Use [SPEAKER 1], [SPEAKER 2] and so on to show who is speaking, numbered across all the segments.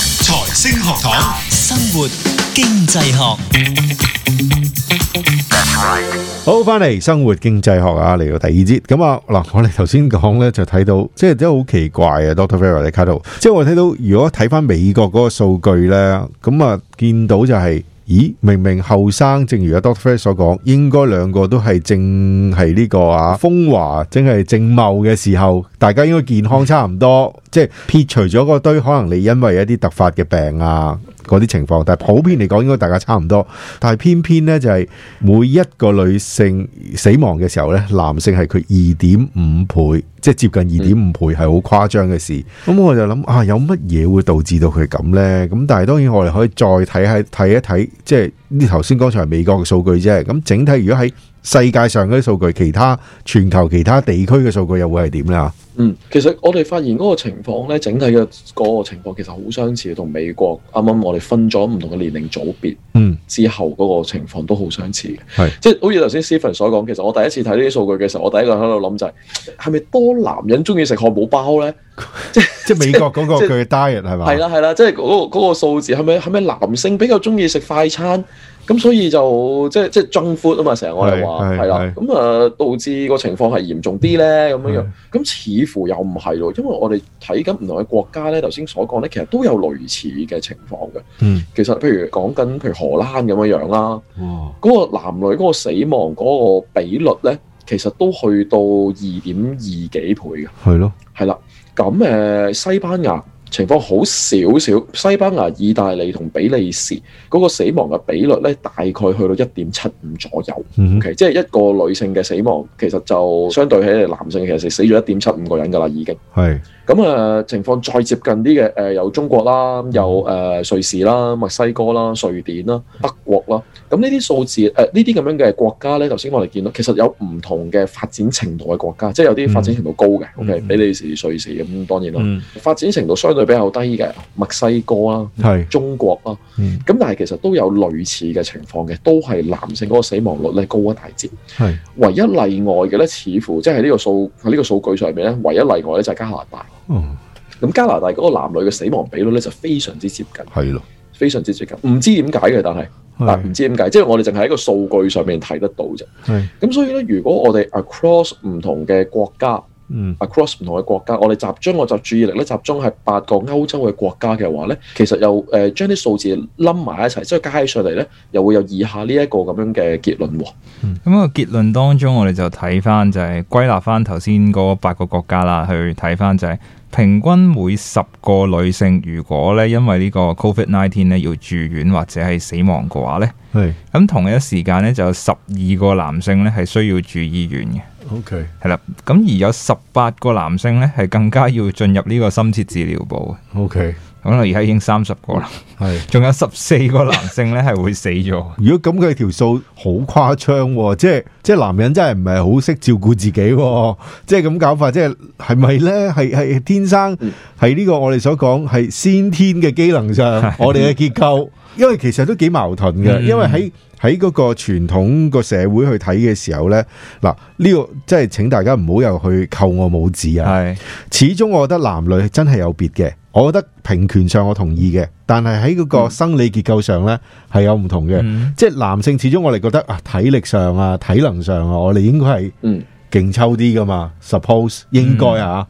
[SPEAKER 1] 星學堂，
[SPEAKER 2] 生活經濟學，
[SPEAKER 3] 好，翻嚟生活經濟學啊，嚟到第二節咁啊嗱，我哋頭先講咧就睇到，即係都好奇怪啊，Doctor Vera 你睇到，即係我睇到，如果睇翻美國嗰個數據咧，咁啊見到就係、咦，明明後生，正如阿 Doctor Fred 所講，應該兩個都係正係呢個啊風華，正係正茂嘅時候，大家應該健康差唔多，即係撇除咗嗰堆可能你因為一啲突發嘅病啊嗰啲情況，但係普遍嚟講應該大家差唔多，但係偏偏呢，就係、每一個女性死亡嘅時候呢，男性係佢二點五倍，即係接近二點五倍，係好誇張嘅事。咁我就諗啊，有乜嘢會導致到佢咁呢？咁但係當然我哋可以再睇喺睇一睇，即係呢頭先剛才美國嘅數據啫。咁整體如果喺世界上嗰啲數據，其他全球其他地區嘅數據又會係點呢？
[SPEAKER 4] 嗯，其實我哋發現嗰個情況咧，整體嘅嗰個情況其實好相似，同美國啱啱我哋分咗唔同嘅年齡組別
[SPEAKER 3] 嗯，
[SPEAKER 4] 之後嗰個情況都好相似嘅。
[SPEAKER 3] 係
[SPEAKER 4] 即係好似頭先 Stephen 所講，其實我第一次睇呢啲數據嘅時候，我第一個喺度諗就係係咪多男人中意食漢堡包咧？
[SPEAKER 3] 即係美國嗰個
[SPEAKER 4] 即係
[SPEAKER 3] 佢嘅 diet 係嘛？
[SPEAKER 4] 係啦係啦，即係嗰、個嗰、個數字係咪係咪男性比較中意食快餐？咁所以就即係即係 junk food 啊嘛，成日我哋話
[SPEAKER 3] 係係
[SPEAKER 4] 係啦
[SPEAKER 3] 係，
[SPEAKER 4] 咁啊導致個情況係嚴重啲咧咁樣樣
[SPEAKER 3] 係，
[SPEAKER 4] 咁似乎又唔係咯，因為我哋睇緊唔同嘅國家咧，頭先所講咧，其實都有類似嘅情況嘅。
[SPEAKER 3] 嗯，
[SPEAKER 4] 其實譬如講緊譬如荷蘭咁樣樣啦，嗰、個男女嗰個死亡嗰個比率咧，其實都去到二點二幾倍嘅。
[SPEAKER 3] 係咯，
[SPEAKER 4] 係啦，咁誒、呃西班牙情況好少少，西班牙、意大利同比利時嗰個死亡嘅比率咧，大概去到一點七五左右。
[SPEAKER 3] 嗯
[SPEAKER 4] OK，即係一個女性嘅死亡，其實就相對起嚟男性其實死咗一點七五個人㗎啦，已經。
[SPEAKER 3] 係
[SPEAKER 4] 咁啊、呃情況再接近啲嘅誒，有中國啦，有誒、
[SPEAKER 3] 嗯
[SPEAKER 4] 呃瑞士啦、墨西哥啦、瑞典啦、德國啦。咁呢啲數字誒，呢啲咁樣嘅國家咧，頭先我哋見到其實有唔同嘅發展程度嘅國家，即係有啲發展程度高嘅、o
[SPEAKER 3] 嗯
[SPEAKER 4] k
[SPEAKER 3] 嗯
[SPEAKER 4] 比利時、瑞士咁當然啦。
[SPEAKER 3] 嗯
[SPEAKER 4] 發展程度相對比較低嘅墨西哥啦、
[SPEAKER 3] 係
[SPEAKER 4] 中國啦，
[SPEAKER 3] 嗯
[SPEAKER 4] 咁但係其實都有類似嘅情況嘅，都係男性嗰個死亡率咧高一大截。
[SPEAKER 3] 係
[SPEAKER 4] 唯一例外嘅咧，似乎即係呢個數喺呢個數據上面咧，唯一例外咧就係加拿大。
[SPEAKER 3] 哦
[SPEAKER 4] 咁加拿大嗰個男女嘅死亡比率咧就非常之接近，
[SPEAKER 3] 係咯，
[SPEAKER 4] 非常之接近，唔知點解嘅，但係但係唔知點解，即係我哋淨係喺個數據上面睇得到啫。
[SPEAKER 3] 係
[SPEAKER 4] 咁所以咧，如果我哋 across 唔同嘅國家
[SPEAKER 3] 嗯
[SPEAKER 4] ，across 唔同嘅國家，我哋集中我集注意力咧，集中係八個歐洲嘅國家嘅話咧，其實又誒、呃、將啲數字冧埋一齊，即係加起上嚟咧，又會有以下呢一個咁樣嘅結論喎。
[SPEAKER 5] 咁個結論當中，我哋就睇翻就係歸納翻頭先嗰八個國家啦，去睇翻就係平均每十個女性，如果咧因為呢個 Covid nineteen 咧要住院或者係死亡嘅話咧，
[SPEAKER 3] 係
[SPEAKER 5] 咁同一時間咧就有十二個男性咧係需要住醫院嘅。
[SPEAKER 3] OK
[SPEAKER 5] 係啦，咁而有十八個男性咧，係更加要進入呢個深切治療部。
[SPEAKER 3] OK
[SPEAKER 5] 可能而家已經三十個啦，
[SPEAKER 3] 係。
[SPEAKER 5] 仲有十四個男性咧係會死咗。
[SPEAKER 3] 如果咁佢條數好誇張喎，即係即係男人真係唔係好識照顧自己喎， 即係咁搞法，即係係咪咧？係係天生
[SPEAKER 4] 嗯
[SPEAKER 3] 係呢個我哋所講係先天嘅機能上， 我哋嘅結構，因為其實都幾矛盾嘅，
[SPEAKER 5] 嗯
[SPEAKER 3] 因為喺喺嗰個傳統個社會去睇嘅時候咧，嗱呢個即係請大家唔好又去扣我帽子啊！
[SPEAKER 5] 係
[SPEAKER 3] 始終我覺得男女真係有別嘅，我覺得平權上我同意嘅，但係喺嗰個生理結構上咧係有唔同嘅。
[SPEAKER 5] 嗯
[SPEAKER 3] 即係男性始終我哋覺得啊體力上啊體能上啊，我哋應該係
[SPEAKER 4] 嗯
[SPEAKER 3] 勁抽啲噶嘛，suppose 應該啊。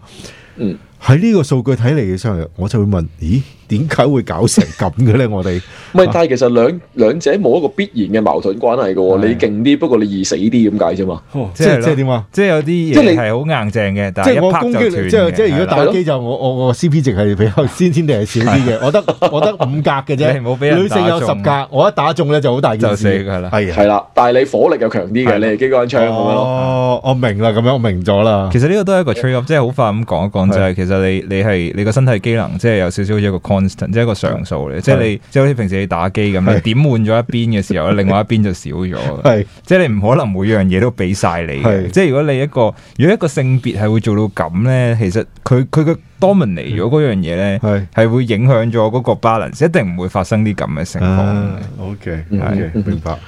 [SPEAKER 4] 嗯，
[SPEAKER 3] 喺呢個數據睇嚟嘅時候，我就會問：咦，點解會搞成咁嘅咧？我哋
[SPEAKER 4] 唔係，但係其實兩兩者冇一個必然嘅矛盾關係嘅喎，
[SPEAKER 5] 係
[SPEAKER 4] 你勁啲，不過你易死啲咁解啫嘛。
[SPEAKER 3] 即係
[SPEAKER 5] 哦咯
[SPEAKER 3] 即係點啊？
[SPEAKER 5] 即係有啲
[SPEAKER 4] 即係
[SPEAKER 5] 嘢
[SPEAKER 4] 你
[SPEAKER 5] 係好硬淨嘅，但
[SPEAKER 3] 即
[SPEAKER 5] 係
[SPEAKER 3] 係
[SPEAKER 5] 一
[SPEAKER 3] 我
[SPEAKER 5] 拍
[SPEAKER 3] 攻擊
[SPEAKER 5] 就斷
[SPEAKER 3] 力，即係即係如果
[SPEAKER 4] 係
[SPEAKER 3] 打
[SPEAKER 4] 咯
[SPEAKER 3] 機就我我我 CP 值係比 較先天定係少啲嘅，我得我得五格嘅啫，
[SPEAKER 5] 你唔好俾人
[SPEAKER 3] 女性有
[SPEAKER 5] 打
[SPEAKER 3] 十
[SPEAKER 5] 中
[SPEAKER 3] 格，我一打中咧就好大件
[SPEAKER 5] 就死
[SPEAKER 3] 事，
[SPEAKER 5] 㗎啦
[SPEAKER 3] 係啊
[SPEAKER 4] 係啦，但係你火力又強啲嘅，
[SPEAKER 5] 係
[SPEAKER 4] 你係機關槍咁樣咯。
[SPEAKER 3] 哦，我明啦，咁樣我明咗啦，
[SPEAKER 5] 其實呢個都係一個 trade up，即係好快咁講一講，就係其實你你係你個身體機能即係有少少一個 constant，即係一個常數嚟，即係你即係好似平時你打機咁，
[SPEAKER 3] 係
[SPEAKER 5] 你點換咗一邊 嘅時候咧，另外一邊就少咗。
[SPEAKER 3] 係
[SPEAKER 5] 即係你唔可能每樣嘢都俾晒你
[SPEAKER 3] 係
[SPEAKER 5] 嘅。即係如果你一個如果一個性別係會做到咁咧，其實佢佢嘅 dominate 咗嗰樣嘢咧，
[SPEAKER 3] 嗯係
[SPEAKER 5] 係會影響咗嗰個 balance，一定唔會發生啲咁嘅情況。
[SPEAKER 3] 啊，OK，
[SPEAKER 4] 嗯
[SPEAKER 3] OK，明白，
[SPEAKER 4] 咁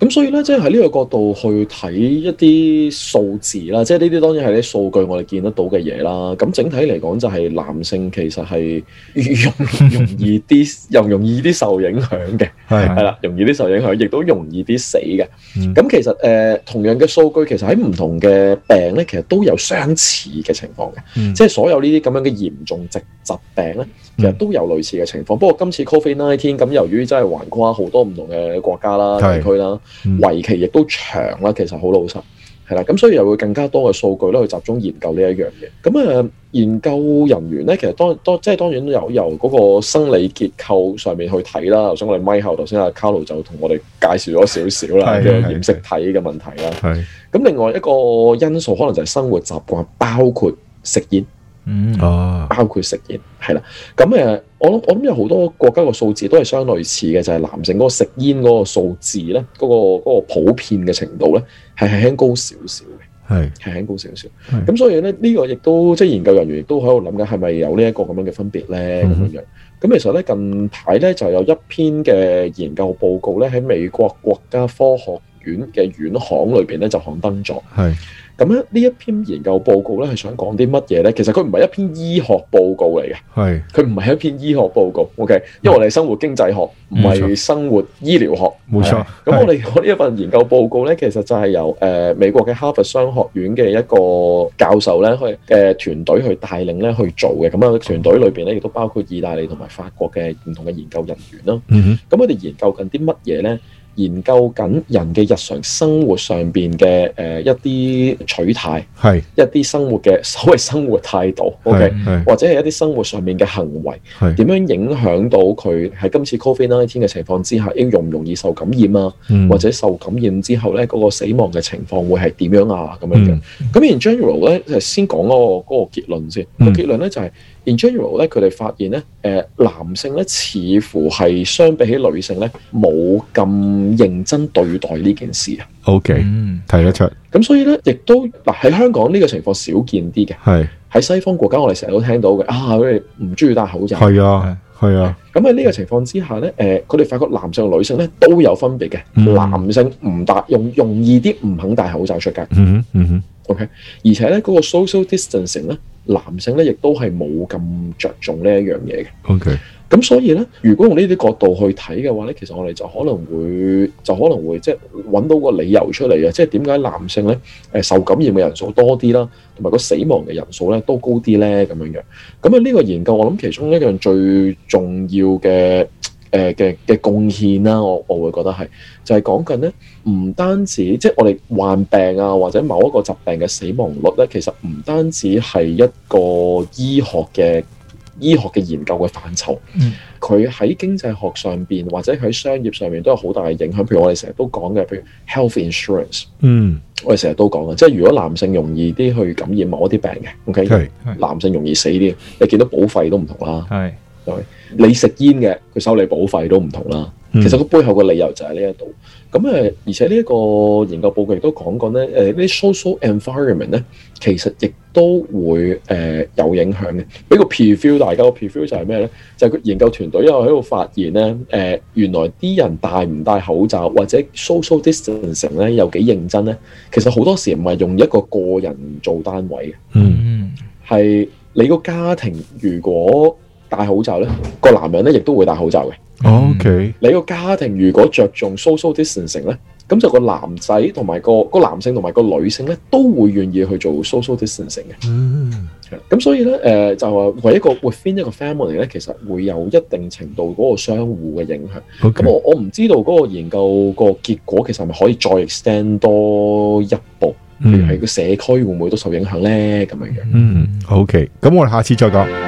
[SPEAKER 4] 咁所以咧，即係喺呢個角度去睇一啲數字啦，即係呢啲當然係啲數據我哋見得到嘅嘢啦。咁整體嚟講，就係男性其實係容容易啲，又容易啲受影響嘅，
[SPEAKER 3] 係
[SPEAKER 4] 係啦，容易啲受影響，亦都容易啲死嘅。
[SPEAKER 3] 嗯
[SPEAKER 4] 咁其實誒、呃同樣嘅數據，其實喺唔同嘅病咧，其實都有相似嘅情況嘅。
[SPEAKER 3] 嗯
[SPEAKER 4] 即係所有呢啲咁樣嘅嚴重疾疾病咧，其實都有類似嘅情況。不過今次 Covid nineteen 咁，由於真係橫跨好多唔同嘅國家啦、
[SPEAKER 3] 係
[SPEAKER 4] 地區啦
[SPEAKER 3] 嗯，
[SPEAKER 4] 為期亦都長啦，其實好老實。係啦，咁所以又會更加多嘅數據咧去集中研究呢一樣嘢。咁啊、呃研究人員咧，其實當當即係當然由由嗰個生理結構上面去睇啦。頭先我哋咪後頭先阿 Carlo 就同我哋介紹咗少少啦，
[SPEAKER 3] 係
[SPEAKER 4] 嘅
[SPEAKER 3] 係
[SPEAKER 4] 染色體嘅問題啦。
[SPEAKER 3] 係
[SPEAKER 4] 咁另外一個因素可能就係生活習慣，包括食煙。
[SPEAKER 5] 嗯，
[SPEAKER 3] 啊，
[SPEAKER 4] 包括食煙，係啦。咁誒，我諗我諗有好多國家個數字都係相類似嘅，就係、男性嗰個食煙嗰個數字咧，嗰、個嗰個普遍嘅程度咧，係輕輕高少少嘅，
[SPEAKER 3] 係
[SPEAKER 4] 係輕高少少
[SPEAKER 3] 係。
[SPEAKER 4] 咁所以咧，呢、個亦都即係研究人員亦都喺度諗緊係咪有呢一個咁樣嘅分別咧咁
[SPEAKER 3] 嗯哼
[SPEAKER 4] 樣樣。咁其實咧近排咧就有一篇嘅研究報告咧喺美國國家科學院嘅院刊裏邊咧就刊登咗。
[SPEAKER 3] 係
[SPEAKER 4] 咁咧呢一篇研究報告咧係想講啲乜嘢咧？其實佢唔係一篇醫學報告嚟嘅。
[SPEAKER 3] 係
[SPEAKER 4] 佢唔係一篇醫學報告，OK，因為我哋係生活經濟學，唔
[SPEAKER 3] 嗯冇
[SPEAKER 4] 係生活醫療學。
[SPEAKER 3] 冇錯，
[SPEAKER 4] 咁我哋我呢一份研究報告咧，其實就係由誒、呃美國嘅哈佛商學院嘅一個教授咧，去嘅團隊去帶領咧去做嘅。咁啊，團隊裏邊咧亦都包括意大利同埋法國嘅唔同嘅研究人員啦。
[SPEAKER 3] 嗯
[SPEAKER 4] 咁我哋研究緊啲乜嘢咧？研究緊人嘅日常生活上邊嘅誒一啲取態，
[SPEAKER 3] 哼係
[SPEAKER 4] 一啲生活嘅所謂生活態度，OK，
[SPEAKER 3] 係係
[SPEAKER 4] 或者係一啲生活上面嘅行為。
[SPEAKER 3] 係
[SPEAKER 4] 點樣影響到佢喺今次 Covid nineteen 嘅情況之下，應容唔容易受感染啊？
[SPEAKER 3] 嗯
[SPEAKER 4] 或者受感染之後咧，嗰、個死亡嘅情況會係點樣啊？咁樣嘅。
[SPEAKER 3] 嗯
[SPEAKER 4] 咁 in general 咧，就先講嗰、個嗰、個結論先。
[SPEAKER 3] 嗯
[SPEAKER 4] 個結論咧就係、in general 咧，佢哋發現咧，誒、呃男性咧似乎係相比起女性咧冇咁認真對待呢件事啊。
[SPEAKER 3] OK
[SPEAKER 5] 嗯
[SPEAKER 3] 睇得出
[SPEAKER 4] 咁所以咧，亦都嗱喺香港呢個情況少見啲嘅，
[SPEAKER 3] 係
[SPEAKER 4] 喺西方國家我哋成日都聽到嘅啊，佢哋唔中意戴口罩。
[SPEAKER 3] 係啊係啊
[SPEAKER 4] 咁喺呢個情況之下咧，誒、佢哋發覺男性同女性咧都有分別嘅。
[SPEAKER 3] 嗯
[SPEAKER 4] 男性唔戴用容易啲唔肯戴口罩出街，
[SPEAKER 3] 嗯哼嗯哼
[SPEAKER 4] 而且咧嗰、個 social distancing 咧，男性咧亦都係冇咁着重呢一樣嘢嘅。
[SPEAKER 3] OK
[SPEAKER 4] 咁所以咧，如果用呢啲角度去睇嘅話咧，其實我哋就可能會就可能會即係揾到個理由出嚟嘅，啊即係點解男性咧誒、受感染嘅人數多啲啦，同埋個死亡嘅人數咧都高啲咧咁樣樣。咁啊呢個研究我諗其中一樣最重要嘅誒嘅嘅貢獻啦，我我會覺得係就係講緊咧，唔單止即係我哋患病啊或者某一個疾病嘅死亡率咧，其實唔單止係一個醫學嘅醫學嘅研究嘅範疇。佢喺經濟學上邊或者喺商業上面都有好大嘅影響。譬如我哋成日都講嘅，譬如 health insurance，
[SPEAKER 3] 嗯
[SPEAKER 4] 我哋成日都講嘅，即係如果男性容易啲去感染某一啲病嘅，OK，
[SPEAKER 3] 係
[SPEAKER 4] 男性容易死啲，你見到保費都唔同啦。
[SPEAKER 5] 係
[SPEAKER 4] 你食煙嘅，佢收你保費都唔同啦。
[SPEAKER 3] 嗯
[SPEAKER 4] 其實個背後嘅理由就係呢一度。咁誒，而且呢一個研究報告亦都講過咧，誒呢啲 social environment 咧，其實亦都會誒、呃有影響嘅。俾個 preview 大家個 preview 就係咩咧？就係、佢研究團隊又喺度發現咧，誒、原來啲人戴唔戴口罩或者 social distancing 咧有幾認真咧，其實好多時唔係用一個個人做單位嘅。
[SPEAKER 3] 嗯
[SPEAKER 5] 嗯
[SPEAKER 4] 係你個家庭如果戴口罩咧，個男人咧亦都會戴口罩嘅。
[SPEAKER 3] OK
[SPEAKER 4] 你個家庭如果着重 social distancing 咧，咁就個男仔同埋個個男性同埋個女性咧都會願意去做 social distancing 嘅。
[SPEAKER 3] 嗯
[SPEAKER 4] 係啦咁所以咧，誒、就話為一個 within 一個 family 咧，其實會有一定程度嗰個相互嘅影響。
[SPEAKER 3] OK
[SPEAKER 4] 咁我我唔知道嗰個研究個結果其實係咪可以再 extend 多一步，譬如
[SPEAKER 3] 嗯
[SPEAKER 4] 係個社區會唔會都受影響咧咁樣樣。
[SPEAKER 3] 嗯 OK 咁我哋下次再講。